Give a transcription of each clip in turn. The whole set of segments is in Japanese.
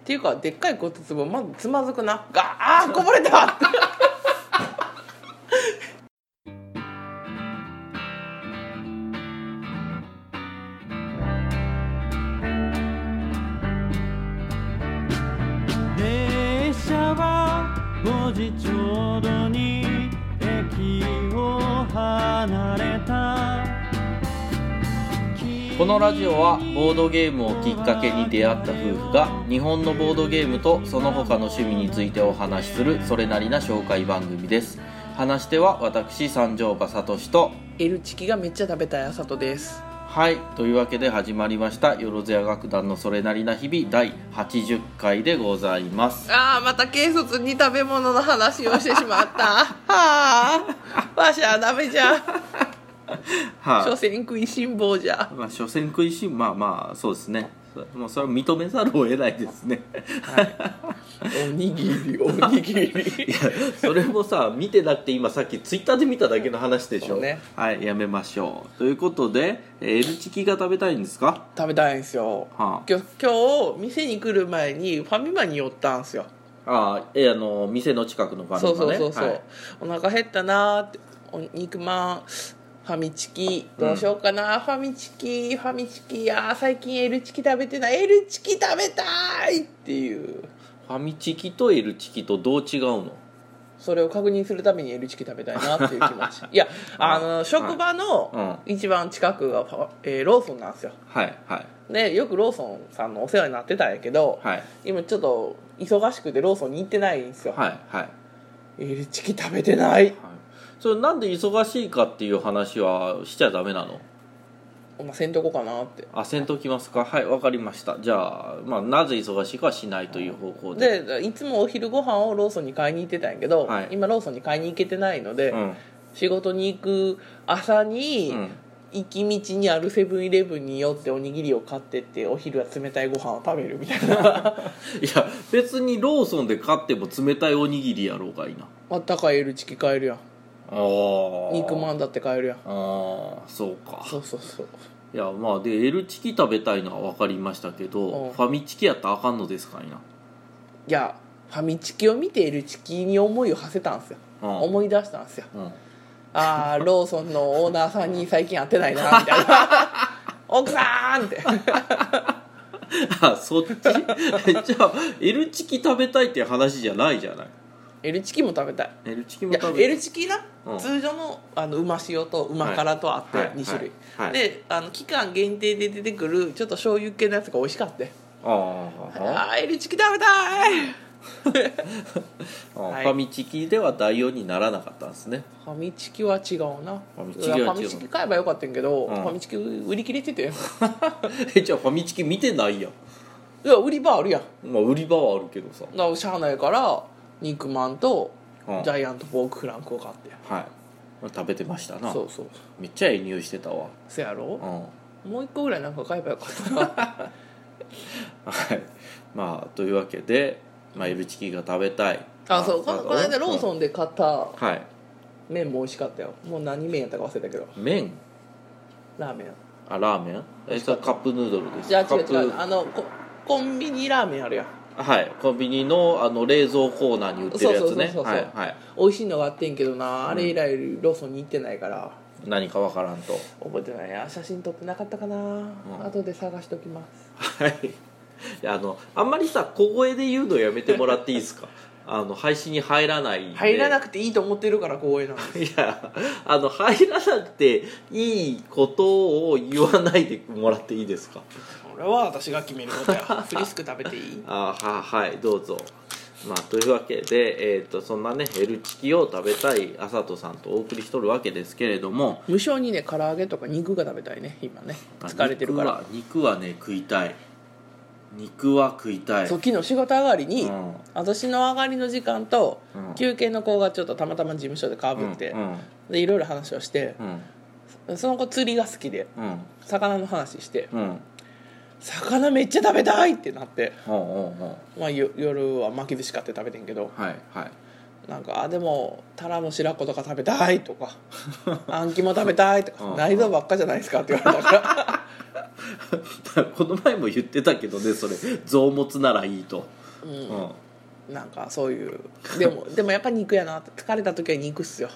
っていうかでっかい骨壺まずつまずくなガーあーこぼれたって列車は5時ちょうどに駅を離れたこのラジオはボードゲームをきっかけに出会った夫婦が日本のボードゲームとその他の趣味についてお話しするそれなりな紹介番組です話し手は私三条馬聡と L チキがめっちゃ食べたいあさとですはいというわけで始まりましたよろずや楽団のそれなりな日々第80回でございますあーまた軽率に食べ物の話をしてしまった はあわしゃダメじゃんはい、所詮食いしん坊じゃまあ所詮食いしんまあまあそうですねそもうそれは認めざるを得ないですねおにぎりおにぎいりやそれもさ見てなくて今さっきツイッターで見ただけの話でしそょ、うねはいやめましょうということでえー L チキが食べたいんですか食べたいんですよ、は今日今日店に来る前にファミマに寄ったんですよああえーあの店の近くのファそうミそうマねそうそう、はいお腹減ったなーってお肉まんファミチキどうしようかな、ファミチキファミチキあー最近 L チキ食べてない L チキ食べたいっていうファミチキと L チキとどう違うのそれを確認するために L チキ食べたいなっていう気持 ちいやあの、はい職場の一番近くがファ、えーローソンなんですよはいはいでよくローソンさんのお世話になってたんやけど、はい今ちょっと忙しくてローソンに行ってないんですよ、はいはい L チキ食べてないそれなんで忙しいかっていう話はしちゃダメなのお前せんとこかなってあせんときますかはいわかりましたじゃあ,、まあなぜ忙しいかはしないという方向ででいつもお昼ご飯をローソンに買いに行ってたんやけど、はい今ローソンに買いに行けてないので、うん仕事に行く朝に、うん 行き道にあるセブンイレブンに寄っておにぎりを買ってってお昼は冷たいご飯を食べるみたい ないや別にローソンで買っても冷たいおにぎりやろうがいいなあったかい L チキ買えるやんああ肉まんんだって買えるやんああそうかそうそうそういやまあで L チキ食べたいのは分かりましたけうどんファミチキやったらあかんのですかいないやファミチキを見て L チキに思いを馳せたんですよ、うん思い出したんですようんああローソンのオーナーさんに最近会ってないなみたいな 奥さんってあそっち じゃあ L チキ食べたいっていう話じゃないじゃない L チキも食べたい L チキいもや食べ L チキな、うん通常のあのうま塩とうま辛とあってはい2種類、はいはいであの期間限定で出てくるちょっと醤油系のやつが美味しかったよあああー L チキ食べたいあ あはいファミチキでは代用にならなかったんですねファミチキは違うなファミチキは違ういやファミチキ買えばよかったんやけど、うんファミチキ売り切れてていえ じゃあファミチキ見てないやんや売り場あるやんまあ売り場はあるけどさだからしゃあないから肉まんとうんジャイアントポークフランクを買って、はいまあ食べてましたなそうそうめっちゃええ匂いしてたわせやうんろ、はもう一個ぐらいなんか買えばよかったな いまあというわけで、まあ、エビチキが食べたいあそうこのこの間ローン、ソンで買ったうんはい麺も美味しかったよもう何麺やったか忘れたけど麺ラーメンあラーメンえそれカップヌードルですじゃあカ違うップ違うあのココンビニラーメンあるやんはいコンビニのあの冷蔵コーナーに売ってるやつねそうそうそうそうそうはいはい美味しいのがあってんけどなあれ以来ローソンに行ってないから何かわからんと覚えてないや写真撮ってなかったかな、後で探しときますはいいやあのあんまりさ小声で言うのやめてもらっていいですか あの配信に入らないんで入らなくていいと思ってるから光栄なのいやあの入らなくていいことを言わないでもらっていいですかそれは私が決めること やフリスク食べていいあははいどうぞまあというわけで、えー、とそんなねヘルチキを食べたいあさとさんとお送りしとるわけですけれども無性にね唐揚げとか肉が食べたいね今ね疲れてるから肉は肉はね食いたい肉は食いたいそう昨日仕事上がりに、うん私の上がりの時間と、うん休憩の子がちょっとたまたま事務所でかぶって、うんでいろいろ話をしてう、んその子釣りが好きでうんうん魚の話してうんうん「魚めっちゃ食べたい!」ってなって、うんうんまあ、よ夜は巻き寿司買って食べてんけどはいはいなんか「あでもタラの白子とか食 べたい」とか「あん肝食べたい」とうか「ん 内臓ばっかじゃないですか」って言われたから この前も言ってたけどねそれ臓物ならいいと、うんあなんかそういうでもでもやっぱ肉やな疲れた時は肉っすよ、ー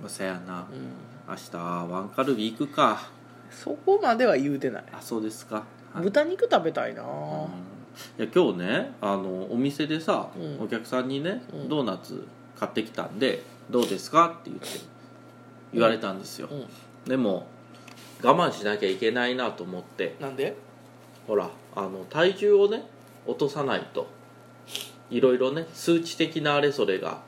まあそやな、うん、明日ワンカルビ行くかそこまでは言うてないあそうですか、はい豚肉食べたいな、いや今日ねあのお店でさ、うんお客さんにね、うんドーナツ買ってきたんでどうですかって言って言われたんですよ、うんでも我慢しなきゃいけないなと思ってなんでほらあの体重をね落とさないといろいろね数値的なあれそれが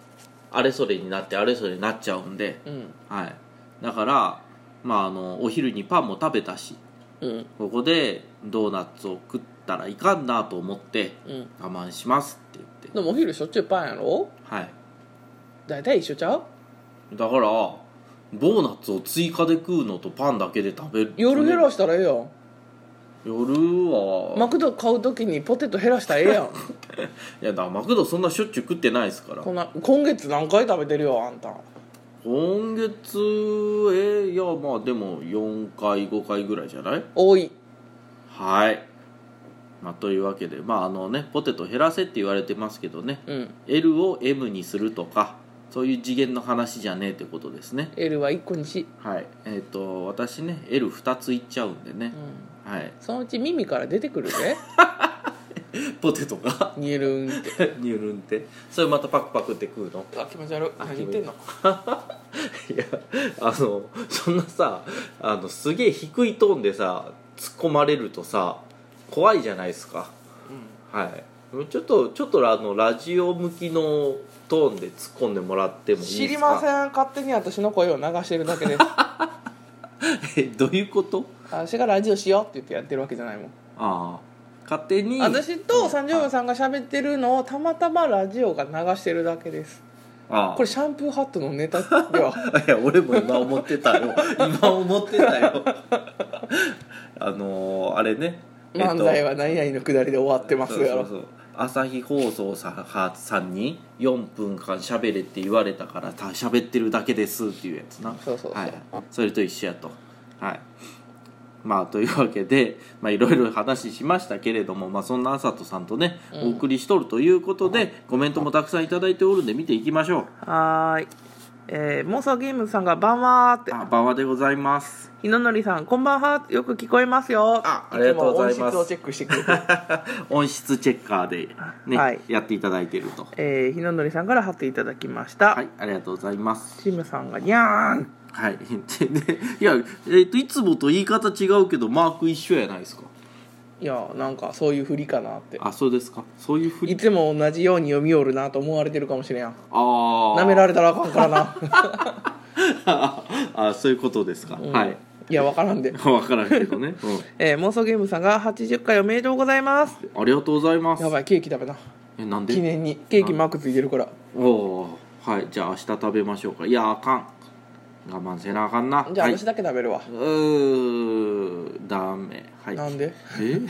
あれそれになってあれそれになっちゃうんで、うんはい、だからまああのお昼にパンも食べたしうんここでドーナツを食ったらいかんなと思ってうん我慢しますって言ってでもお昼しょっちゅうパンやろはい大体一緒ちゃうだからボーナツを追加で食うのとパンだけで食べる夜減らしたらええやん夜は、マクド買う時にポテト減らしたらええ やんいやだからマクドそんなしょっちゅう食ってないですからこんな今月何回食べてるよあんた今月えーいやまあでも4回5回ぐらいじゃない多いはい、まあ、というわけでまああのねポテト減らせって言われてますけどね、うん L を M にするとかそういう次元の話じゃねえってことですね L は1個にし、はいえっ、と私ね L2 ついっちゃうんでねう、ん、はいそのうち耳から出てくる でポテトが ニュルンってニュルンってそれまたパクパクって食うのあ気持ち悪いあ何言ってんのいやあのそんなさあのすげえ低いトーンでさ突っ込まれるとさ怖いじゃないですかはいちょっとちょっとあのラジオ向きのトーンで突っ込んでもらってもいいですか知りません勝手に私の声を流してるだ けですえどういうこと私がラジオしようって言ってやってるわけじゃないもんああ勝手に私と三条さんが喋ってるのをたまたまラジオが流してるだけですああこれシャンプーハットのネタで はいや俺も今思ってた よ今思ってたよあのーあれね漫才はは何々のくだりで終わってますやろそうそうそう朝日放送さはさんに4分間喋れって言われたからた喋ってるだけですっていうやつなそうそうそうはい、それと一緒やとはいまあというわけでまあいろいろ話しましたけれども、まあ、そんなあさとさんとねお送りしとるということで、コメントもたくさんいただいておるんで見ていきましょうはーい、えー、妄想ゲームズさんが「ばんは」ってあ馬場でございます 日ののりさん「こんばんは」よく聞こえますよあありがとうございますつも音質をチェックしてくれて音質チェッカーで、ねはいやっていただいてるとえー、日ののりさんから貼っていただきました、はいありがとうございますチムさんが「にゃーんはい。 で、でいや、えっ、と、いつもと言い方違うけど、マーク一緒やないですか。」いやなんかそういうふりかなってあ、そうですか。そういうふいり。つも同じように読みおるなと思われてるかもしれんああ。なめられたらあかんからな あ、そういうことですか。はい。いやわからんでわからんけどね、えー、妄想ゲームさんが80回おめでとうございますうん。ありがとうございますや。ばいケーキ食べなえ、なん記で。念にケーキマークついてるからおおー。はい。じゃあ、明日食べましょうか。いや、あかん。我慢せなあかんな。じゃあはい、私だけ食べるわ、うーダメ。はい。なんでえ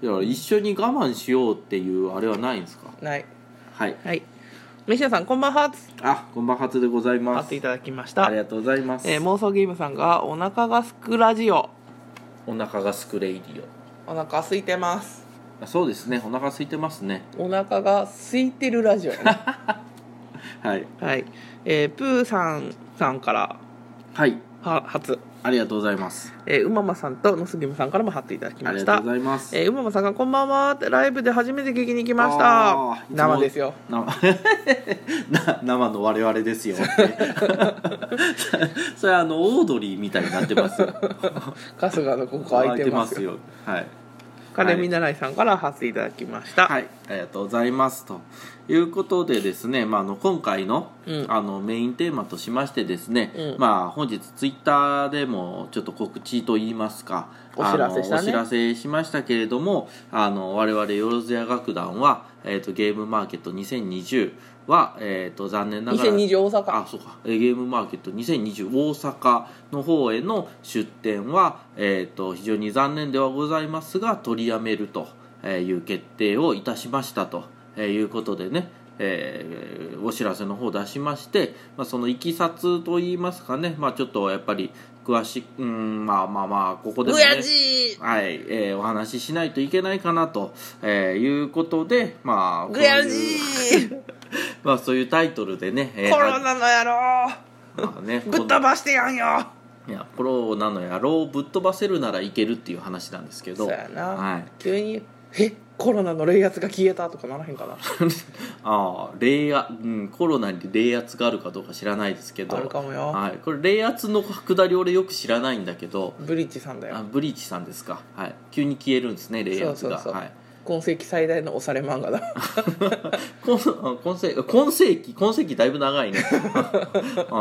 いや一緒に我慢しようっていうあれはないんですかないはいはい飯田さんこんばんはあこんばんはつでございま貼すっていただきましあたり、がとうございます、えー、妄想ゲームさんがお腹がすくラジオお腹がすくレイディお腹空いてますオそうですねお腹空いてますねお腹が空いてるラジオやねはい はい、えー、プーさんさんからはいは初ありがとうございますえーうままさんとのすぎむさんからも貼っていただきあまりしがたとうございますえーうままさんがこんばんはってライブで初めて聞きに来ましたあーいつも生ですよ生 な生の我々 ですよ それあのオードリーみたいになってますよ春日のここ 空いてますよよはい金見習いさんから貼っていただきました、はい、ありがとうございますということでですね、まあ、あの今回の,、うんあのメインテーマとしましてですね、うんまあ、本日ツイッターでもちょっと告知といいますかお知らせしたねあのお知らせしましたけれどもあの我々よろずや楽団は、えー、とゲームマーケット2020は、えー、と残念ながら2020大あ阪そうかえーゲームマーケット2020大阪の方への出展は、えー、と非常に残念ではございますが取りやめるとえーいう決定をいたしましたとえーいうことでね、えーお知らせの方を出しまして、まあ、そのいきさつといいますかね、まあ、ちょっとやっぱり詳しくうんまあまあまあここでもね親父はい、えーお話ししないといけないかなと、えーいうことでまあこう悔いうしい まあそういうタイトルでね、えーコロナの野郎まあね、ぶっ飛ばしてやんよいやコロナの野郎をぶっ飛ばせるならいけるっていう話なんですけそどうやな、はい、 急に「えコロナの冷圧が消えた」とかならへんかなああ冷圧、うん、コロナに冷圧があるかどうか知らないですけどあるかもよはい、これ冷圧の下り俺よく知らないんだけどブリッジさんだあよブリーチさんですか、はい、急に消えるんですね冷そう圧そうがそう、はい今世紀最大の押され漫 画だ今今世今世紀今世紀だいぶ長 いね、う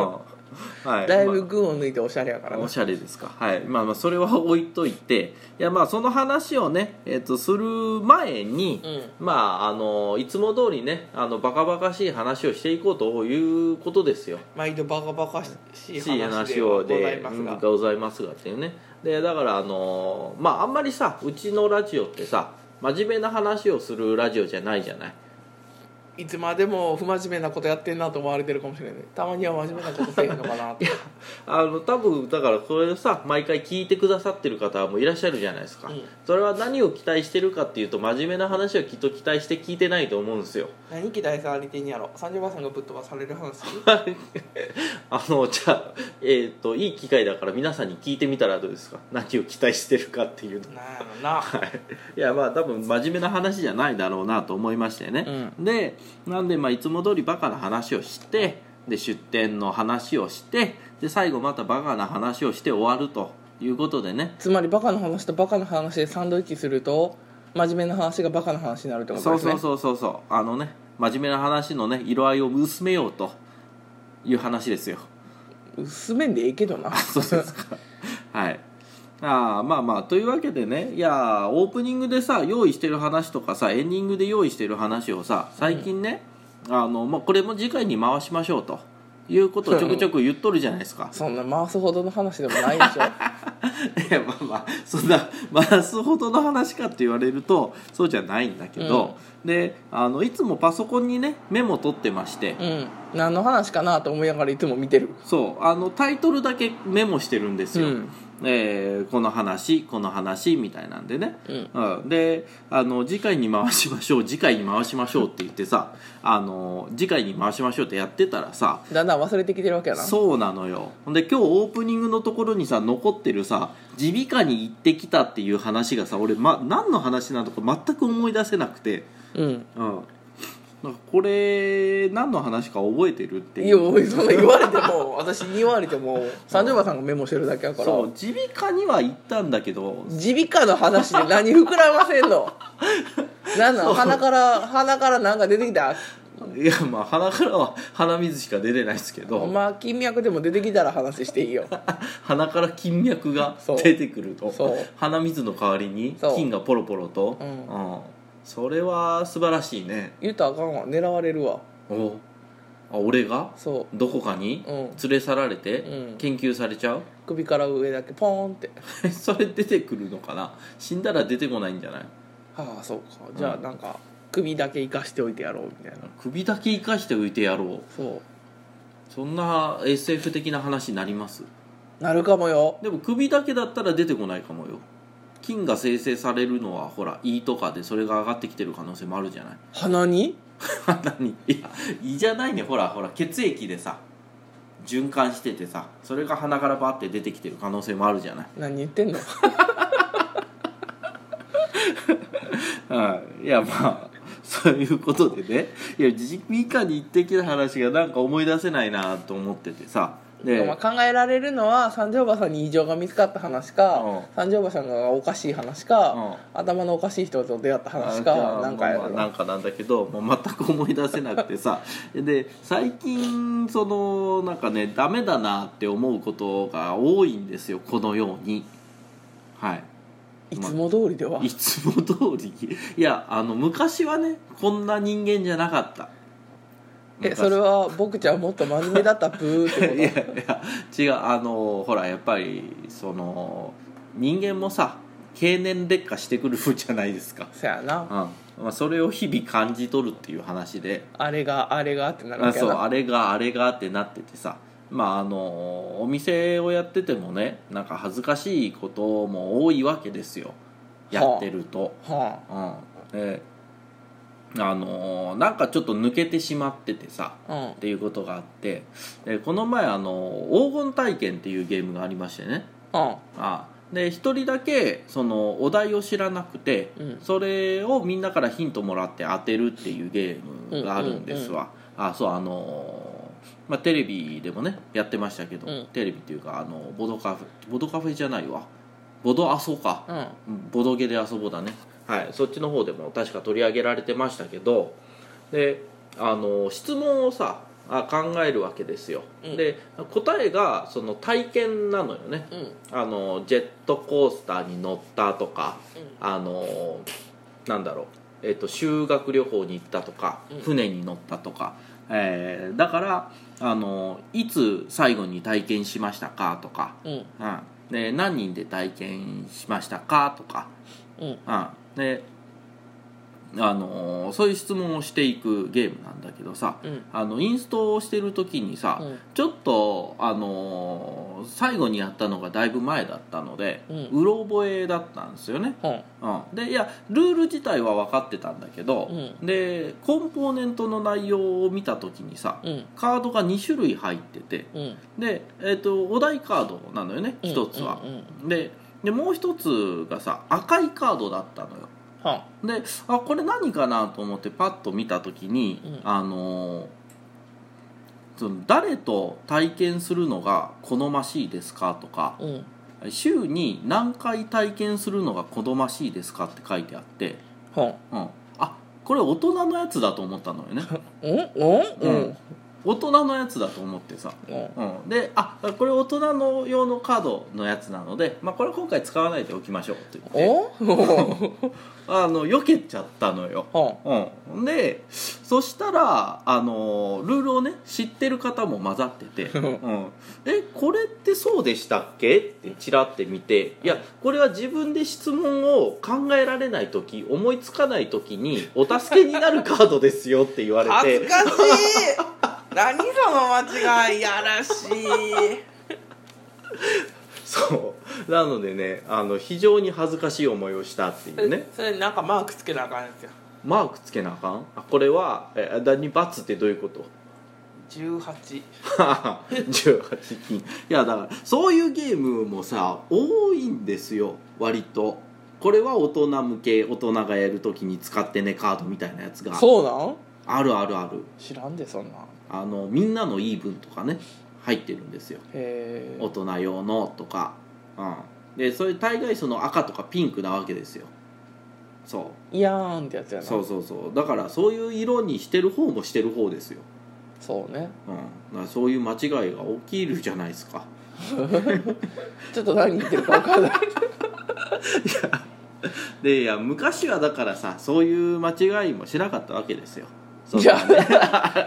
んはい、だいぶま群を抜いておしゃれやからあなおしゃれですかはいまあまあそれは置いといていやまあその話をね、えっとする前に、まああのいつも通りねあのバカバカしい話をしていこうということですよ毎度バカバカしいしい話話でをごでざいますがうんございますがっていうねでだからあのーまああんまりさうちのラジオってさ真面目な話をするラジオじゃないじゃないいつまでも不真面目なことやってんなと思われてるかもしれないたまには真面目なことせえへんのかな ってあの多分だからこれさ毎回聞いてくださってる方もいらっしゃるじゃないですか、うんそれは何を期待してるかっていうと真面目な話はきっと期待して聞いてないと思うんですよ 何期待されてんやろ30番さんがぶっ飛ばされる話あのじゃあえっ、といい機会だから皆さんに聞いてみたらどうですか何を期待してるかっていうのなんやろないやまあ多分真面目な話じゃないだろうなと思いましてね、でなんでまあいつも通りバカな話をしてで出店の話をしてで最後またバカな話をして終わるということでねつまりバカの話とバカの話でサンドイッチすると真面目な話がバカな話になるってことそうですねそうそうそうそうあのね真面目な話のね色合いを薄めようという話ですよ 薄めんでええけどなそうですかはいあーまあまあというわけでねいやーオープニングでさ用意してる話とかさエンディングで用意してる話をさ最近ね、あのまあ、これも次回に回しましょうということをちょくちょく言っとるじゃないですか そんな回すほどの話でもないでしょいやまあまあそんな回すほどの話かって言われるとそうじゃないんだけど、であのいつもパソコンにねメモ取ってまして、うん何の話かなと思いながらいつも見てるそうあのタイトルだけメモしてるんですよ、うんえーこの話この話みたいなんでね、うんうんであの次回に回しましょう次回に回しましょうって言ってさあの次回に回しましょうってやってたらさだんだん忘れてきてるわけやなそうなのよほんで今日オープニングのところにさ残ってるさ耳鼻科に行ってきたっていう話がさ俺、ま、何の話なのか全く思い出せなくて、うんうん、なんかこれ何の話か覚えてるっていういやおいそんな言われて も私に言われても30番さんがメモしてるだけやからそう耳鼻科には行ったんだけど耳鼻科の話で何膨らません のなんなん鼻から鼻からなんか出てきたいやまあ鼻からは鼻水しか出れないですけおど前金脈でも出てきたら話していいよ鼻から金脈がそう出てくるとそう鼻水の代わりにそう金がポロポロと、うんうんそれは素晴らしいね言うたらあかんわ狙われるわおあ俺がそうどこかにうん連れ去られてうん研究されちゃう、 首から上だけポーンってそれ出てくるのかな死んだら出てこないんじゃないああそうかじゃあなんか首だけ生かしておいてやろうみたいな首だけ生かしておいてやろうそそんな SF 的な話になりますうなるかもよでも首だけだったら出てこないかもよ菌が生成されるのはほら胃とかでそれが上がってきてる可能性もあるじゃない 鼻に何いや胃じゃないねほらほら血液でさ循環しててさそれが鼻からバーって出てきてる可能性もあるじゃ ない何言ってんのうんいやまあそういうことでねいや耳鼻科に行ってきた話がなんか思い出せないなと思っててさ でまあ考えられるのは三条馬さんに異常が見つかった話か、うん三条馬さんがおかしい話か、頭のおかしい人と出会った話か、あなんかやろ、まあなんかなんだけどもう全く思い出せなくてさ で最近そのなんかねダメだなって思うことが多いんですよこのようにはいいつも通りでは、いつも通り いやあの昔はねこんな人間じゃなかったえそれは僕ちゃんもっと真面目だったブーってこ いやいや違うあのほらやっぱりその人間もさ経年劣化してくるじゃないですかとそやなうんまあ、それを日々感じ取るっていう話であれがあれがってなるあわけやそうなあれがあれがってなっててさまああのお店をやっててもねなんか恥ずかしいことも多いわけですよやってると、はうんであのなんかちょっと抜けてしまっててさあうんっていうことがあってでこの前あの黄金体験っていうゲームがありましてねうんあで一人だけそのお題を知らなくて、うんそれをみんなからヒントもらって当てるっていうゲームがあるんですわ、あそうあのーまあ、テレビでもねやってましたけど、うんテレビっていうかあのボドカフェボドカフェじゃないわボドアソか、うんボドゲで遊ぼうだね、はい、そっちの方でも確か取り上げられてましたけどであの質問をさあ考えるわけですよ、うんで答えがその体験なのよね、うんあのジェットコースターに乗ったとか、あのなんだろう、えっと修学旅行に行ったとか、うん船に乗ったとか、えーだからあのいつ最後に体験しましたかとか、うんうん、で何人で体験しましたかとか、うんうん、であのーそういう質問をしていくゲームなんだけどさ、うんあのインストをしてる時にさ、うんちょっと、あのー最後にやったのがだいぶ前だったので、ううんろ覚えだったんですよね、うんうん、でいやルール自体は分かってたんだけど、うでコンポーネントの内容を見た時にさ、うんカードが2種類入ってて、うんで、えー、とお題カードなのよね一つは、うんうんででもう一つがさ赤いカードだったのよはであこれ何かなと思ってパッと見た時に、うんあのーその誰と体験するのが好ましいですかとかあうん週に何回体験するのが好ましいですかって書いてあって、はうん、あこれ大人のやつだと思った のよねうんうんうん大人のやつだと思ってさうんうん、であこれ大人の用のカードのやつなので、まあ、これは今回使わないでおきましょうって言っておおあの避けちゃったのよ、はうん、でそしたらあのルールをね知ってる方も混ざってて「うん、えこれってそうでしたっけ?」ってちらって見て「いやこれは自分で質問を考えられない時思いつかない時にお助けになるカードですよ」って 言われて恥ずかしい何その間違いやらしいそうなのでねあの非常に恥ずかしい思いをしたっていうねそれなんかマークつけなあかんやつやマークつけなあかんあこれはえだに罰ってどういうこと18 18金いやだからそういうゲームもさ多いんですよ割とこれは大人向け大人がやるときに使ってねカードみたいなやつがそうなんあるあるある知らんでそんなんあのみんなの言い分とかね入ってるんですよへえ大人用のとか、うん、でそれ大概その赤とかピンクなわけですよそいやーんってやつやうなそうそうそうだからそういう色にしてる方もしてる方ですよ、そうねうん、だからそういう間違いが起きるじゃないですかちょっと何言ってるか分かんないでいや昔はだからさそういう間違いもしなかったわけですよそういや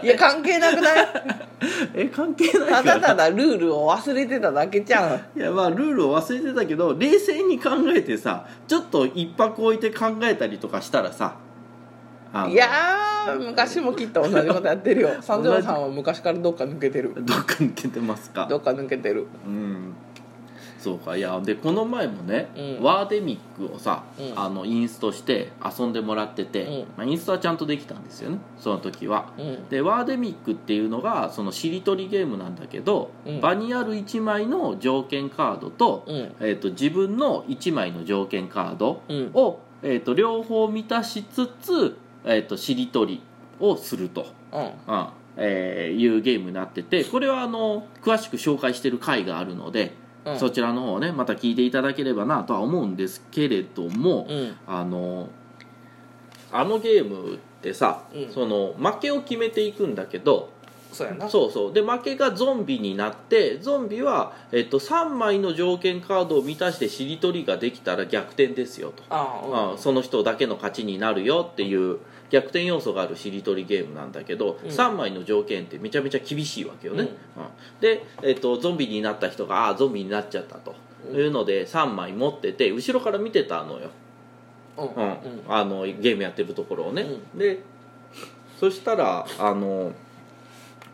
いや関係なくないえ関係ないたかだたらだルールを忘れてただけじゃんいやまあルールを忘れてたけど冷静に考えてさちょっと一泊置いて考えたりとかしたらさあのいやー昔もきっと 同じことやってるよ三条さんは昔からどっか抜けてるどっか抜けてますかどっか抜けてるうんそうかいやでこの前もね、うんワーデミックをさ、うんあのインストして遊んでもらってて、うんまあ、インストはちゃんとできたんですよねその時は、うんでワーデミックっていうのがそのしりとりゲームなんだけど、うん場にある1枚の条件カードと,、うんえー、と自分の1枚の条件カードうんを、えー、と両方満たしつつ、えー、としりとりをすると。うんうんえーいうゲームになっててこれはあの詳しく紹介してる回があるので、うんそちらの方をねまた聞いていただければなとは思うんですけれども、うんあのあのゲームってさ、うんその負けを決めていくんだけどそうやなそうそうで負けがゾンビになってゾンビは、えっと、3枚の条件カードを満たしてしりとりができたら逆転ですよと。ああまあ、その人だけの勝ちになるよっていう逆転要素があるしりとりゲームなんだけど、うん3枚の条件ってめちゃめちゃ厳しいわけよね、うんで、えっとゾンビになった人がああゾンビになっちゃったと、うんいうので3枚持ってて後ろから見てたのよ、うんうんうんあのゲームやってるところをね、うでそしたらあの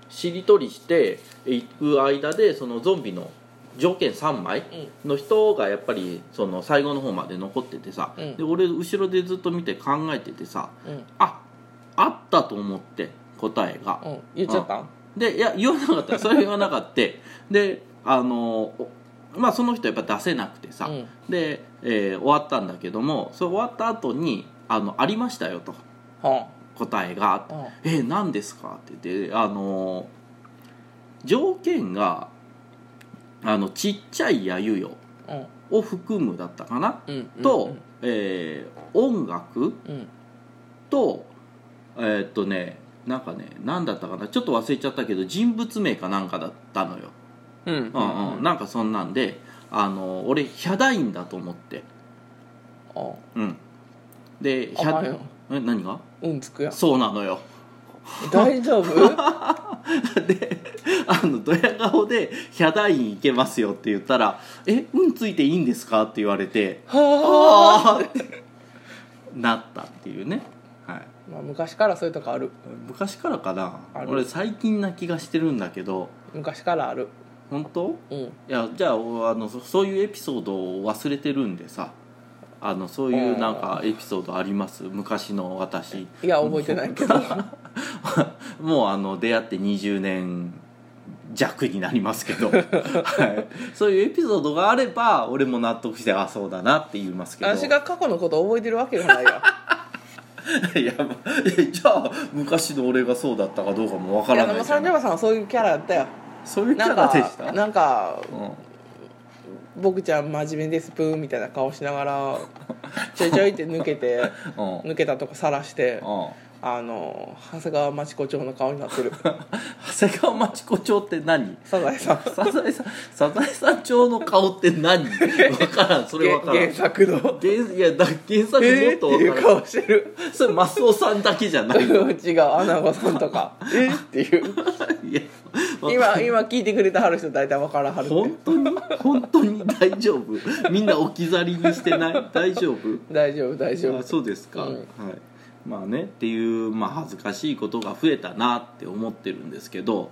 しりとりしていく間でそのゾンビの条件3枚の人がやっぱりその最後の方まで残っててさ、うんで俺後ろでずっと見て考えててさうんああったと思って答えが、うん言っちゃったでいや言わな かったそれ言わなかったであのおまあその人やっぱ出せなくてさ、うんで、えー終わったんだけどもそれ終わった後にあのありましたよ」とは答えがあは「えー、何ですか?」って言ってあのー条件があのちっちゃいやゆよあうんを含むだったかな、うんうんと、えー音楽うんとえーっとねなんかね何だったかなちょっと忘れちゃったけど人物名かなんかだったのよ、うんうんうんうんなんかそんなんであのー俺ヒャダインだと思ってあうんであかんよえ何がうんつくやんそうなのよ 大丈 夫であのドヤ顔で「ヒャダイン行けますよ」って言ったら「えうんついていいんですか?」って言われて「 はあああ」って なったっていうね、はい、まあ昔からそういうとこある昔からかなある俺最近な気がしてるんだけど昔からある本当うんいやじゃあおあのそそういうエピソードを忘れてるんでさあのそういうなんかエピソードあります昔の私 いや覚えてない けどもうあの出会って20年弱になります けど、はい、そういうエピソードがあれば俺も納得してあそうだなって言いますけど私が過去のこと覚えてるわけがないわいやまあじゃあ昔の俺がそうだったかどうかもわかいやでらなもいじゃ三ない条さんはそういうキャラだったよそういう キなャんラでしたかなんかうん僕ちゃん真面目ですプーンみたいな顔しなが らちょいちょいって抜けてうん うん抜けたとこさらして長あの長谷川町子町の顔になってる谷川町子町って何サザエさんサザエさんサザエさん町の顔って何わからんそれわからん原作の「原いやだ原作えもー」っってとわからんいう顔してるそれマスオさんだけじゃないの違うアナゴさんとか「えーっていういや今今聞いてくれてはる人大体分からはるって本当に本当に大丈夫みんな置き去りにしてない大丈夫大丈夫大丈夫あそうですか、うんはいまあねっていう、まあ、恥ずかしいことが増えたなって思ってるんですけど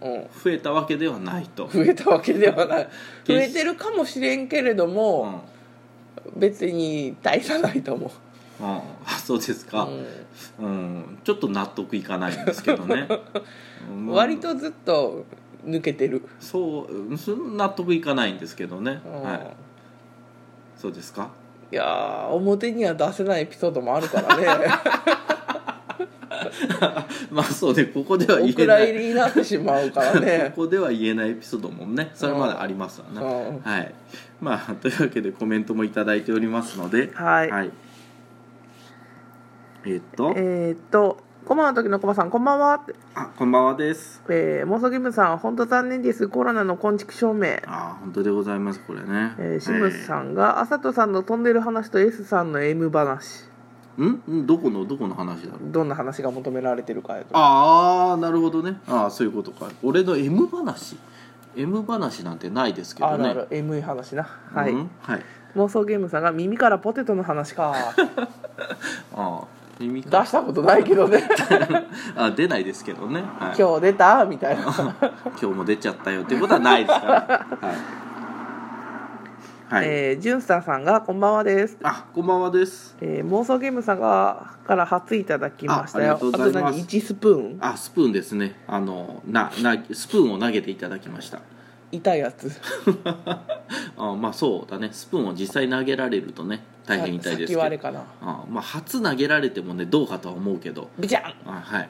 うん増えたわけではないと、増えたわけではない増決しえてるかもしれんけれどうんうもん、別に大差ないと思うあそうですか、ううんんちょっと納得いかないんですけど ね、うん割とずっと抜けてる、そううんそん納得いかないんですけどね、うんはいそうですか い、やー表には出せないエピソードもある からねまあそうねここでは言おえ蔵ない入りになってしまうからね ここでは言えないエピソードもねそれまでありますわな、うんはいまあというわけでコメントも頂いただいておりますのでははい、えーっとえーっとコマの時のコマさんこんばんは、あこんばんはですえー、妄想ゲームさん本当残念ですコロナの昆虫証明あー本当でございますこれねえー、シムスさんが、あさとさんの飛んでる話と S さんの M 話えーんんどこのどこの話だろうどんな話が求められてるかやとああなるほどねああそういうことか俺の M 話 M 話なんてないですけあどるねある M い話なはい、うんはい、妄想ゲームさんが耳からポテトの話か ああ耳出かしたことないけどね あ出ないですけどね、はい、 今日出たみたいな今日も出ちゃったよっていうことはないです から。はい。はい。えー、ジュンスターさんが「こんばんは」です、あ、こんばんはです。えー、妄想ゲームさんがから初いただきましたよあありがとうございますあと何1スプーンあ、スプーンですね。あの、な、な、スプーンを投げていただきました。痛いやつあ、まあ、そうだね。スプーンを実際投げられるとね、大変痛いですけ先ど。割れかなあ、まあ、初投げられてもね、どうかとは思うけど。ビジャン、あ、はい。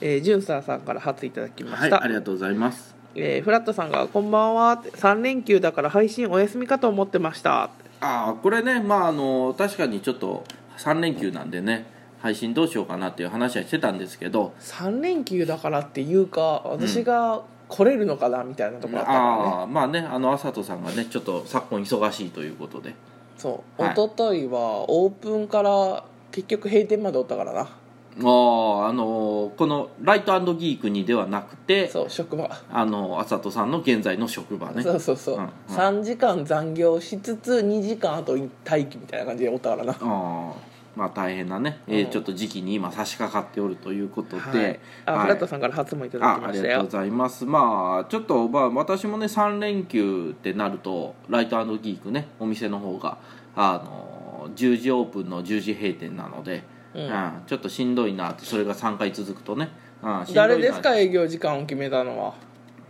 えー、ジュンスターさんから初いただきまはしい、た、ありがとうございます。えーフラットさんが「こんばんは」って3連休だから配信お休みかと思ってましたってあーこれねまああの確かにちょっと3連休なんでね配信どうしようかなっていう話はしてたんですけど3連休だからっていうか私が来れるのかなみたいなところだったからね、ああまあねあの朝人さんがねちょっと昨今忙しいということでそうはい一昨日はオープンから結局閉店までおったからなあああのーこの「ライトギークに」ではなくてそう職場あのあさとさんの現在の職場ねそうそうそう、うんうん3時間残業しつつ2時間後に待機みたいな感じでおったからなあーまあ大変なね、えーうんちょっと時期に今差し掛かっておるということで、はい、あ、はいフラットさんから発もいただきあまあしりたがとうよございますまあちょっと、まあ、私もね3連休ってなるとライトギークねお店の方があの10時オープンの10時閉店なので、うんうんちょっとしんどいなってそれが3回続くとね、うん、しんどいな誰ですか営業時間を決めたのは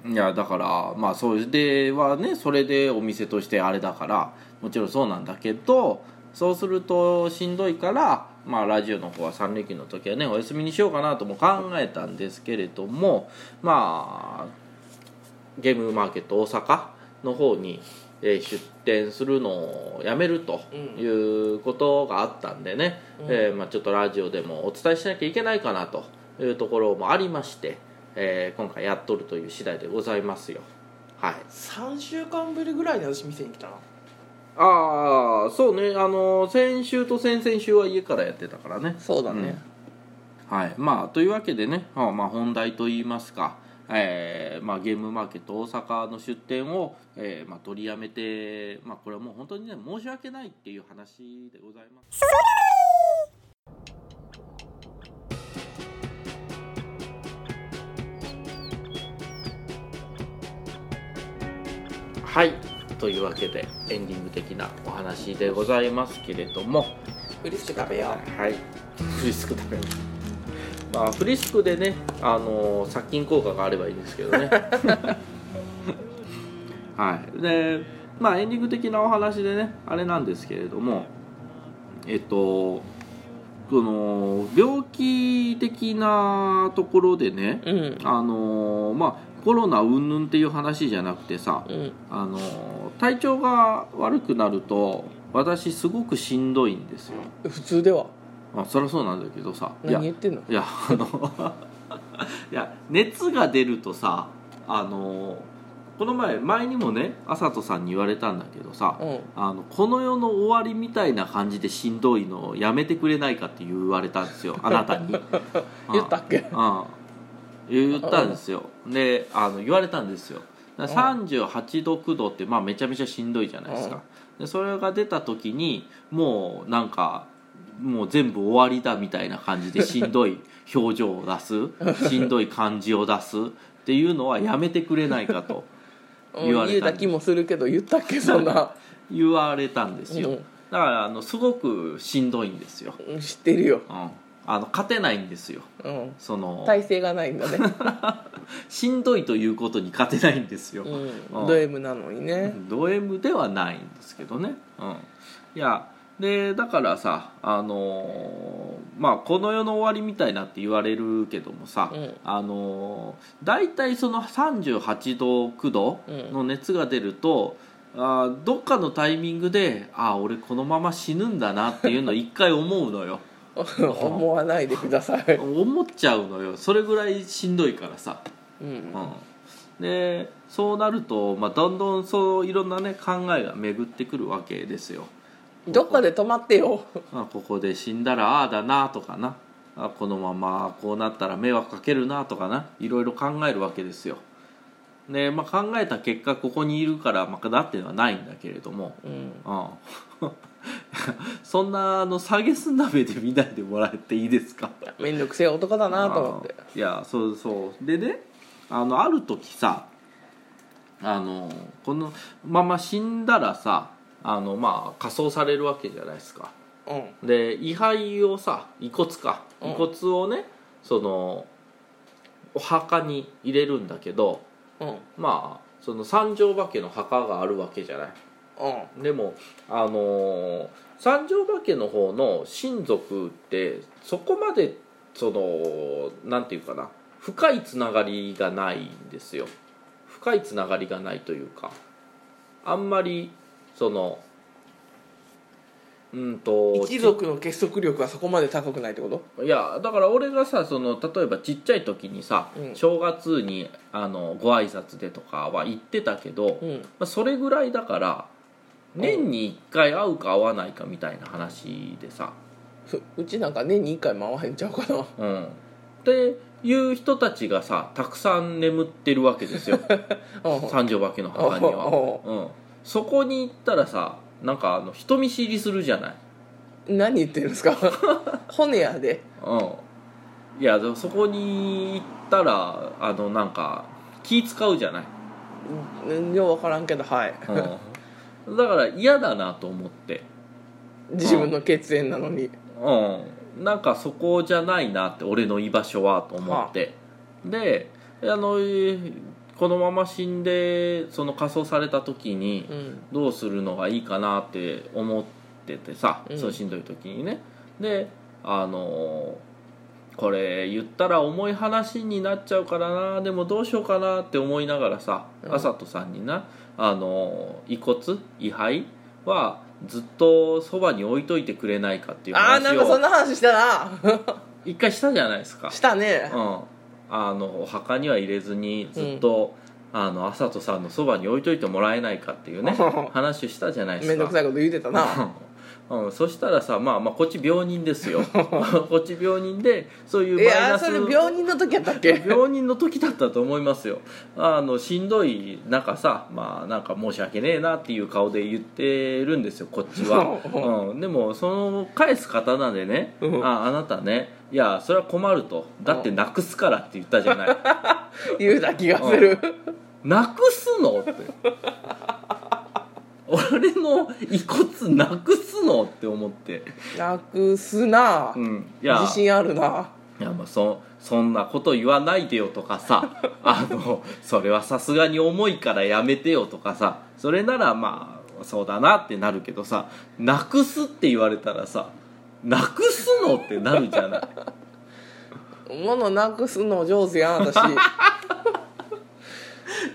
いやだからまあそれではねそれでお店としてあれだからもちろんそうなんだけどそうするとしんどいからまあラジオの方は3連休の時はねお休みにしようかなとも考えたんですけれどもまあゲームマーケット大阪の方に、えー出店するのをやめるということがあったんでね、えーまあ、ちょっとラジオでもお伝えしなきゃいけないかなというところもありまして、えー今回やっとるという次第でございますよはい3週間ぶりぐらいに私店に来たなああそうねあの先週と先々週は家からやってたからねそうだね、はいまあ、というわけでね、まあまあ、本題といいますか、えーまあ、ゲームマーケット大阪の出店を、えーまあ、取りやめて、まあ、これはもう本当にね申し訳ないっていう話でございます。はいというわけでエンディング的なお話でございますけれども、フリスク食べよはいフリスク食べますまあフリスクでねあのー殺菌効果があればいいんですけどねはいでまあエンディング的なお話でねあれなんですけれどもえっとこの病気的なところでね、ううんあのーまあコロナ云々っていう話じゃなくてさ、うんあのー体調が悪くなると私すごくしんどいんですよ普通ではまあ、そりゃそうなんだけどさいや何言ってんのいやあの いや熱が出るとさあのこの前前にもねあさとさんに言われたんだけどさ、うんあのこの世の終わりみたいな感じでしんどいのをやめてくれないかって言われたんですよあなたに 言ったっけうん言ったんですよであの言われたんですよだから38度9度って、まあ、めちゃめちゃしんどいじゃないですかでそれが出た時にもうなんかもう全部終わりだみたいな感じでしんどい表情を 出すしんどい感じを出すっていうのはやめてくれないかとうん言われ言うたんたで気もするけど言ったっけそん な言われたんですよ、うんだからあのすごくしんどいんですよ、うん知ってるよ、うん、あの勝てないんですようん、その体勢がないんだね、しんどいということに勝てないんですよ、 うん、ド M なのにねド M ではないんですけどね、うん、いやでだからさあのーまあこの世の終わりみたいなって言われるけどもさ、うんあのー大体その38度9度の熱が出ると、あーどっかのタイミングでああ俺このまま死ぬんだなっていうのを一回思うのよ 思わないでください、思っちゃうのよそれぐらいしんどいからさうん、うん、でそうなると、まあ、どんどんそういろんなね考えが巡ってくるわけですよ。どっかで止まってよあここで死んだらああだなとかなあこのままこうなったら迷惑かけるなとかないろいろ考えるわけですよ。で、まあ、考えた結果ここにいるから、まあ、だっていうのはないんだけれども、うんうん そんなあの下げす鍋で見ないでもらっていいですか面倒くせえ男だなと思ってあのいやそうそうでねあのある時さあのこのまま死んだらさあのまあ火葬されるわけじゃないですかうんで位牌をさ遺骨かうん遺骨をね、そのお墓に入れるんだけどうんまあその三条馬家の墓があるわけじゃないうんでもあのー三条馬家の方の親族ってそこまでそのなんていうかな深いつながりがないんですよ深いつながりがないというかあんまりそのうんと一族の結束力はそこまで高くないってこといやだから俺がさその例えばちっちゃい時にさ、うん正月にあのご挨拶でとかは言ってたけど、うんまあ、それぐらいだから年に1回会うか会わないかみたいな話でさふうちなんか年に1回回へんちゃうかな うん、っていう人たちがさたくさん眠ってるわけで すようん三条化けの墓にはお、うん、そこに行ったらさなんかあの人見知りするじゃない、何言ってるんですか 骨やでうん、いやでもそこに行ったらあのなんか気使うじゃない、うんよう分からんけどはい うん、だから嫌だなと思って、自分の血縁なのにうん、なんかそこじゃないなって俺の居場所はと思って、であのえーこのまま死んでその火葬された時に、うんどうするのがいいかなって思っててさ、うんそうしんどい時にねであのーこれ言ったら重い話になっちゃうからなでもどうしようかなって思いながらさ、うあんさとさんになあのー遺骨遺灰はずっとそばに置いといてくれないかっていうああーな話んかそんをな話したな 一回したじゃないですかしたねうん、あのお墓には入れずにずっと、あの朝とさんのそばに置いといてもらえないかっていうね 話をしたじゃないですめかんどくさいこと言うてたなうん、そしたらさまあまあこっち病人です よ こっち病人でそういいうマイやナースそれ病人の時やったっけ 病人の時だったと思いますよあのしんどい中さまあなんか申し訳ねえなっていう顔で言ってるんですよこっち は、うん、でもその返す刀でね「うんああなたねいやそれは困るとだってなくすから」って言ったじゃない言うた気がする「 なくす の?」って「俺の遺骨なくすの?」って思って、なくすなうん、いや自信あるないやまあそそんなこと言わないでよとかさあのそれはさすがに重いからやめてよとかさそれならまあそうだなってなるけどさなくすって言われたらさなくすのってなるじゃない物なくすの上手やん私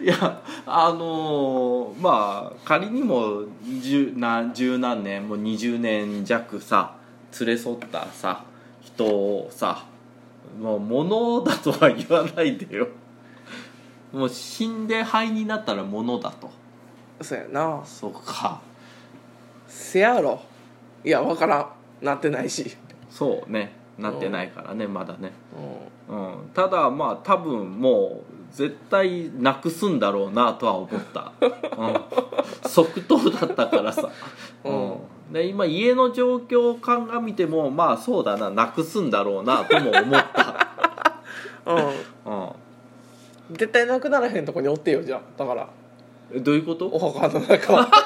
いやあのーまあ仮にも十何十何年もう20年弱さ連れ添ったさ人をさもう物だとは言わないでよもう死んで灰になったら物だとそうやなそうかせやろいやわからんなってないし、そうねなってないからねまだね、ううん、ただまあ多分もう絶対なくすんだろうなとは思った、うん、即答だったからさ、うんうん、で今家の状況を鑑みてもまあそうだななくすんだろうなとも思った、ん、ううん、絶対なくならへんとこにおってよじゃあだからん、どういうこおと墓の中は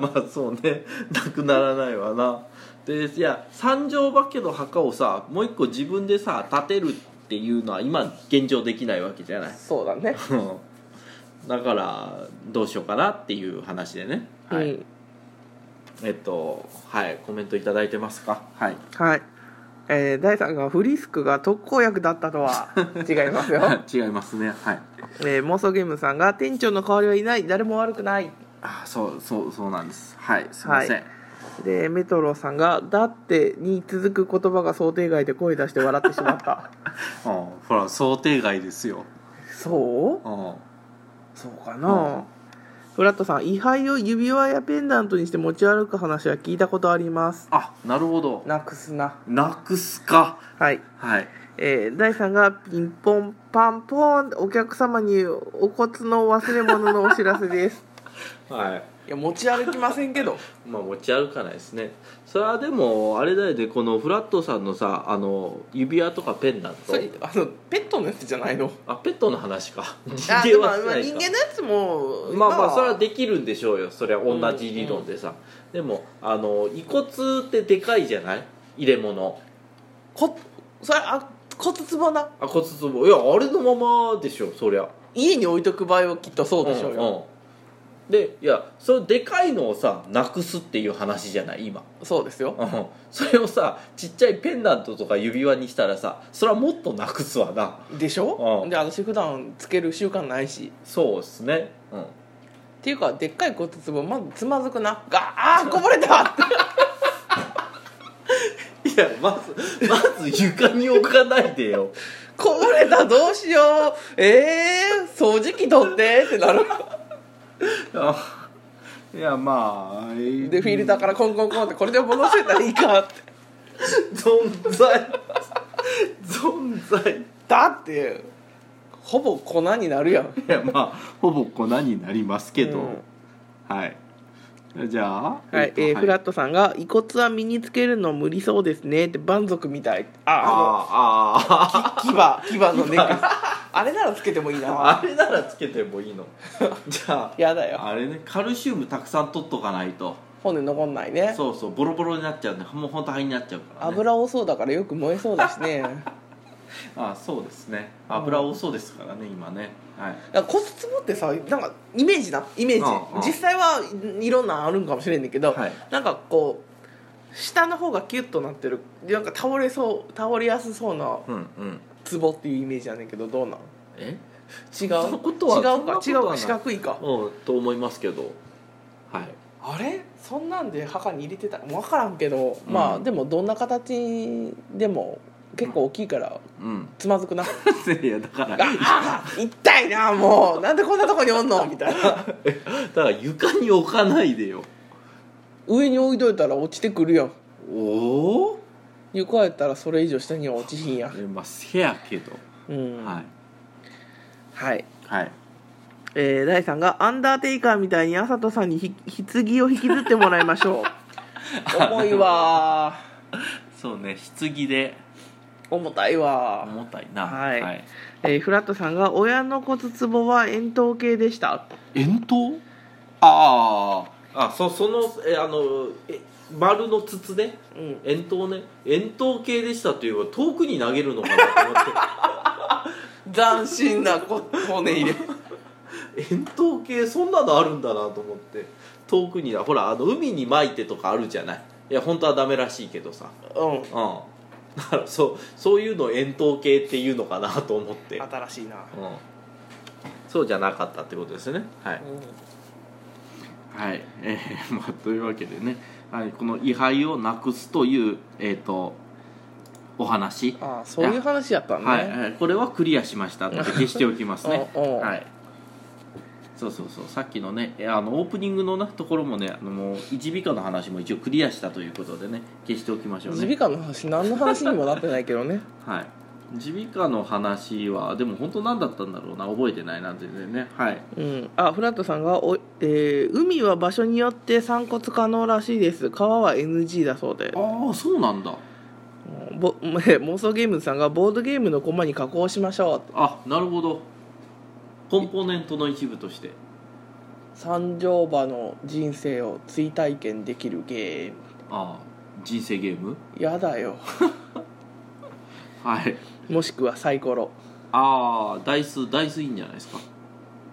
まあそうねなくならないわなでいや三条化けの墓をさもう一個自分でさ建てるっていうのは今現状できないわけじゃないそうだね、うんだからどうしようかなっていう話でね、はういんえっとはいコメントいただいてますかはいはいえー、第3がフリスクが特効薬だったとは違いますよ、違いますねはいえー、妄想ゲームさんが店長の代わりはいない誰も悪くないあそうそうそうなんですはいすいません、はいでメトロさんが「だって」に続く言葉が想定外で声出して笑ってしまったうんほら想定外ですよ、そううん、そうかな、フラットさん位牌を指輪やペンダントにして持ち歩く話は聞いたことありますあなるほどなくすななくすかはいはいえー、第3がピンポンパンポーンお客様にお骨の忘れ物のお知らせですはい いや持ち歩きませんけどまあ持ち歩かないですねそれはでもあれだよねこのフラットさんのさあの指輪とかペンダント それあのペットのやつじゃないのあペットの話か 人あ間でもはまあしてないか人間のやつもまあまあそれはでできるんでしょうよそれは同じ理論でさ、でもあの遺骨ってでかいじゃない入れ物こそれあ骨つぼなあ骨壺いやあれのままでしょそりゃ家に置いとく場合はきっとそうでしょうよ、うんでいやそのでかいのをさなくすっていう話じゃない今、そうですようん、それをさちっちゃいペンダントとか指輪にしたらさそれはもっとなくすわなでしょうんで私普段つける習慣ないしそうっすねうんっていうかでっかい骨壺まずつまずくながあーこぼれた っていやまずまず床に置かないでよこぼれたどうしようえー、掃除機取ってってなる あいやまあでフィルターからコンコンコンってこれで戻せたらいいかって存在存在いだってほぼ粉になるやんやまあほぼ粉になりますけど、うんはいじゃあはい、えーフラットさんが「遺骨は身につけるの無理そうですね」って蛮族みたいああーあーあの牙牙のネックレス あれならつけてもいいなあれならつけてもいいのじゃ やだあよあれねカルシウムたくさん取っとかないと骨残んないねそうそうボロボロになっちゃうんでもう本当灰になっちゃうから、ね、油多そうだからよく燃えそうだしねだかあそうですね油多そうですからね今ねはいら骨つぼってさなんかイメージなイメージ、うんうん実際はいいろんなのあるんかもしれんねんけど、はいなんかこう下の方がキュッとなってるなんか倒れそう倒れやすそうなうんうんつぼっていうイメージやねんけどどうなんえ違う違うそんなことはかそ違んなうことはなかい四角いかうんと思いますけどはいあれそんなんで墓に入れてたもう分からんけど、うんまあでもどんな形でも結構大きいからうん つまずくないやだ からだああ痛いなもうなんでこんなとこにおんのみたい なから床に置かないでよ上に置いといたら落ちてくるやんおお床やったらそれ以上下には落ちひんやんまあせやけど、うんはいはいはいえー、第3が「アンダーテイカーみたいにあさとさんにひ棺を引きずってもらいまし ょう」重いわそうね棺でー重たいわー重たいなはいえー、フラットさんが「親の骨壺は円筒形でした円筒あああそそのえあのえ丸の筒ね」うん円筒ね円筒形でしたというか遠くに投げるのかなと 思っ斬新なこ骨入れて 円筒形そんなのあるんだなと思って遠くにほらあの海に撒いてとかあるじゃないいや本当はダメらしいけどさうんうんだからそうそういうのを円筒形っていうのかなと思って、うん、新しいな、そうじゃなかったってことですねはい、うはい、えー まあ、というわけでね、はい、この位牌をなくすという、えー、とお話ん、ああそういう話やったんね、はいはい、これはクリアしましたって消しておきますねお うおうはいそうそうそうさっきのねえあのオープニングのなところもねあのもう耳鼻科の話も一応クリアしたということでね消しておきましょうね耳鼻科の話何の話にもなってないけどねはい耳鼻科の話はでも本当何だったんだろうな覚えてないな全然ねはいうんあフラットさんがお、えー海は場所によって散骨可能らしいです川は NG だそうでああそうなんだうんぼ 妄想ゲームズさんがボードゲームのコマに加工しましょうってあなるほどコンポーネントの一部として三条馬の人生を追体験できるゲームああ人生ゲームやだよ はいもしくはサイコロああダイスダイスいいんじゃないですか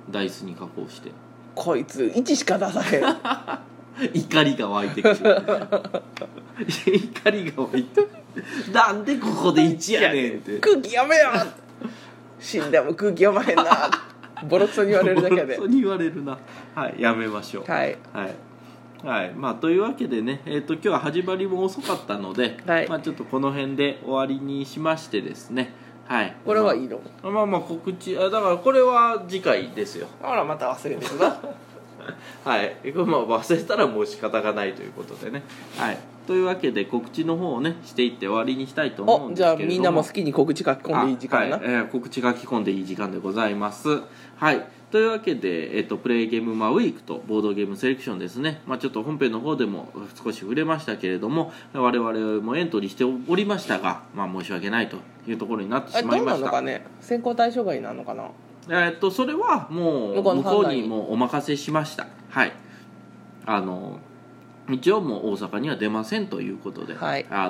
ダイスに加工してこいつ1しか出さ へん怒りが湧いて くる怒りが湧いてくるなんでここで1やねんって空気読めよ死んでも空気読まへん なボロクソに言われるだけで本当に言われるなはいやめましょうはいはいはいまあ、というわけでね、えー、と今日は始まりも遅かったので、はいまあ、ちょっとこの辺で終わりにしましてですね、はい、これはいいのまあまあまあ告知あだからこれは次回ですよ あらまた忘れてるなはい、これまあ忘れたらもう仕方がないということでね、はい、というわけで告知の方をねしていって終わりにしたいと思うん おでじすけれゃあどもみんなも好きに告知書き込んでいい時間な、あはいえー告知書き込んでいい時間でございますはいというわけで、えっとプレイゲームマウィークとボードゲームセレクションですね、まあ、ちょっと本編の方でも少し触れましたけれども我々もエントリーしておりましたが、まあ、申し訳ないというところになってあしまいどうまなしのたかね選考対象外なのかなえーっとそれはもう向こうの向こ判う断ににもうお任せしましたはいあの一応もう大阪には出ませんということで、はいあ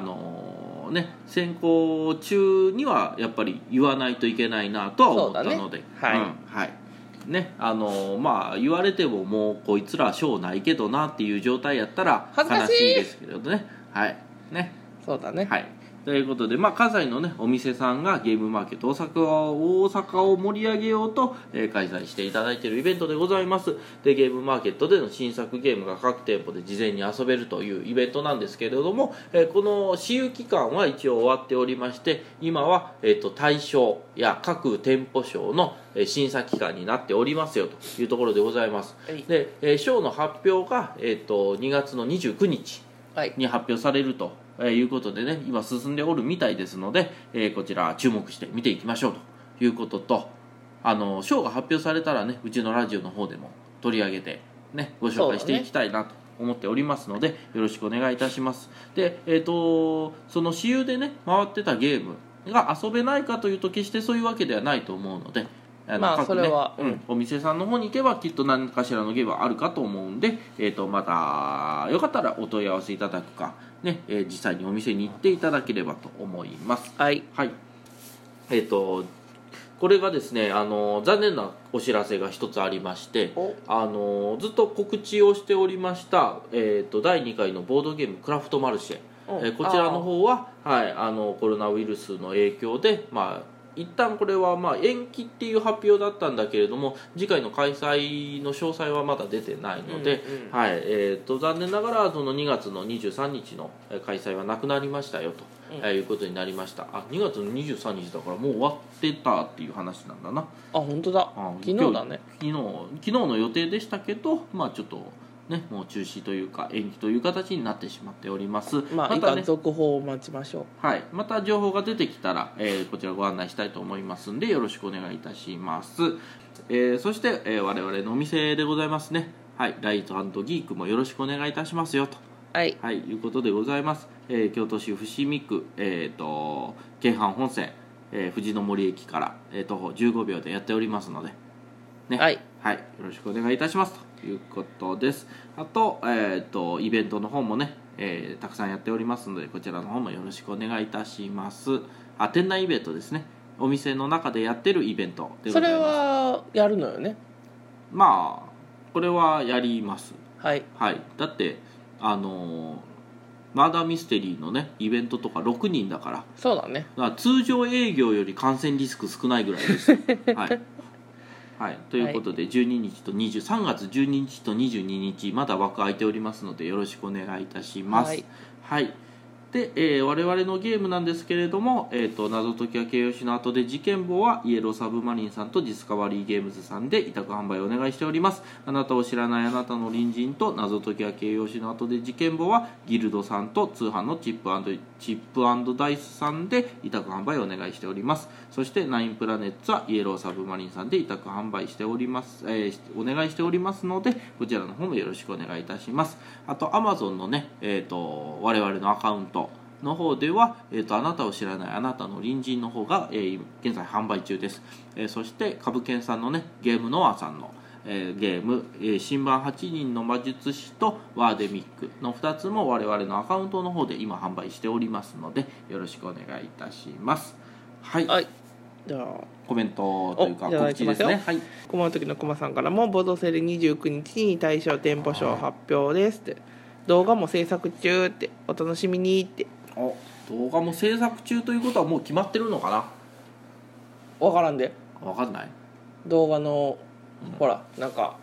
のね選考中にはやっぱり言わないといけないなとは思ったので、そうだねはいうんはいねあのまあ言われてももうこいつら賞ないけどなっていう状態やったら恥ず悲かしいしいですけれどねはいねそうだね、はい、ということで、まあ、関西のねお店さんがゲームマーケット大阪を大阪を盛り上げようと、えー開催していただいているイベントでございますでゲームマーケットでの新作ゲームが各店舗で事前に遊べるというイベントなんですけれども、えーこの私有期間は一応終わっておりまして今は、えー、と対象や各店舗賞のえー審査期間になっておりますよというところでございます、はいで、えー賞の発表が、えー、と2月の29日はいに発表されるとえーいうことでね今進んでおるみたいですので、えーこちら注目して見ていきましょうということとあの賞が発表されたらねうちのラジオの方でも取り上げてねご紹介していきたいなと思っておりますので、よろしくお願いいたしますでえっ、とその私有でね回ってたゲームが遊べないかというと決してそういうわけではないと思うのであのまあ各ねそれはうんお店さんの方に行けばきっと何かしらのゲームはあるかと思うんで、えー、とまたよかったらお問い合わせいただくか、ねえー実際にお店に行っていただければと思いますはいはいえっ、とこれがですねあの残念なお知らせが一つありましておあのずっと告知をしておりました、えー、と第2回のボードゲームクラフトマルシェ、うんえーこちらの方は、はい、あのコロナウイルスの影響で、まあ、一旦これはまあ延期っていう発表だったんだけれども次回の開催の詳細はまだ出てないので、うんうんはいえー、と残念ながらその2月の23日のえー開催はなくなりましたよと。うんえーいうことになりましたあ2月の23日だからもう終わってたっていう話なんだなあ本当だあ昨日だね昨日昨日の予定でしたけどまあちょっとねもう中止というか延期という形になってしまっておりますまあ以た下ね続報を待ちましょうはい、また情報が出てきたら、えーこちらご案内したいと思いますんでよろしくお願いいたします、えーそして、えー我々のお店でございますねはいライトギークもよろしくお願いいたしますよとはいはい、いうことでございます、えー京都市伏見区、えー、と京阪本線、えー藤の森駅から、えー徒歩15秒でやっておりますので、ねはいよろしくお願いいたしますということですあと,、えー、とイベントの方もね、えーたくさんやっておりますのでこちらの方もよろしくお願いいたしますあ店内イベントですねお店の中でやってるイベントでごそざいれますはやるのよねまあこれはやりますはいはい、だってあのーマーダーミステリーのねイベントとか6人だからだかそうだねら通常営業より感染リスク少ないぐらい ですはい、はい、ということで12日と20 3月12日と22日まだ枠空いておりますのでよろしくお願いいたしますはい、はいで、えー我々のゲームなんですけれども「えー、と謎解きは形容詞の後で事件簿」はイエローサブマリンさんとディスカバリーゲームズさんで委託販売をお願いしておりますあなたを知らないあなたの隣人と謎解きは形容詞の後で事件簿はギルドさんと通販のチップチップダイスさんで委託販売をお願いしておりますそしてナインプラネッツはイエローサブマリンさんで委託販売しております、えーしお願いしておりますのでこちらの方もよろしくお願いいたしますあと Amazon のね、えー、と我々のアカウントの方では、えー、とあなたを知らないあなたの隣人の方が、えー今現在販売中です、えーそして株券さんのねゲームノアさんの、えーゲーム、えー新版8人の魔術師とワーデミックの2つも我々のアカウントの方で今販売しておりますのでよろしくお願いいたしますはい、はいじゃあコメントというかおじゃあ告知ですねいきはい駒の時の駒さんからも「ボードセール29日に対象店舗賞発表です」って「動画も制作中」って「お楽しみに」ってお動画も制作中ということはもう決まってるのか分からんでなわかんない動画のほらなんか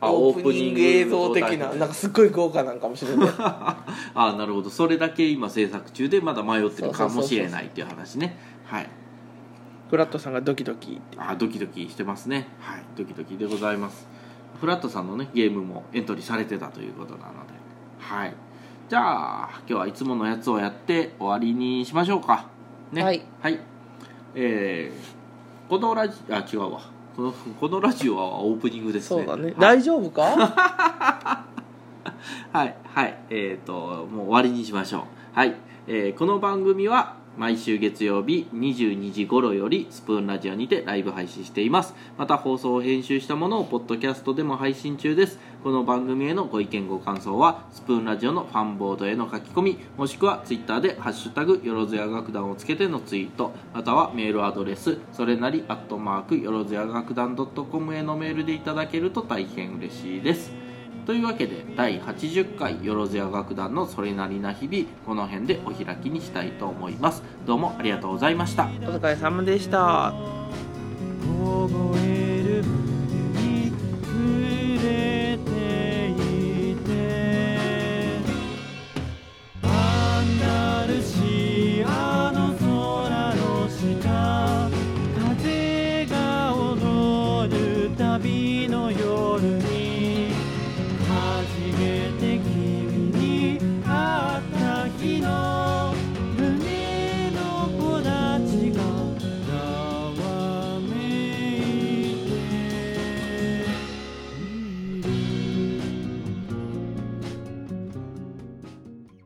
あオープニング映像的オープニンなグ映像的なんかすっごい豪華なんかもしれない あなるほどそれだけ今制作中でまだ迷ってるかもしれないっていう話ねはいフラットさんがドキドキってあドキドキしてますねはいドキドキでございますフラットさんのねゲームもエントリーされてたということなのではいじゃあ今日はいつものやつをやって終わりにしましょうかねはい、えーこのラジあ違うわこのこのラジオはオープニングですそねうだねはい大丈夫かはい、はい、えっ、と、もう終わりにしましょう。はい、えーこの番組は毎週月曜日22時頃よりスプーンラジオにてライブ配信しています。また放送を編集したものをポッドキャストでも配信中です。この番組へのご意見ご感想は、スプーンラジオのファンボードへの書き込み、もしくはツイッターでハッシュタグ、よろずや楽団をつけてのツイート、またはメールアドレス、それなり、アットマーク、よろずや楽団 .com へのメールでいただけると大変嬉しいです。というわけで第80回よろずや楽団のそれなりな日々この辺でお開きにしたいと思いますどうもありがとうございましたお疲れ様でした凍え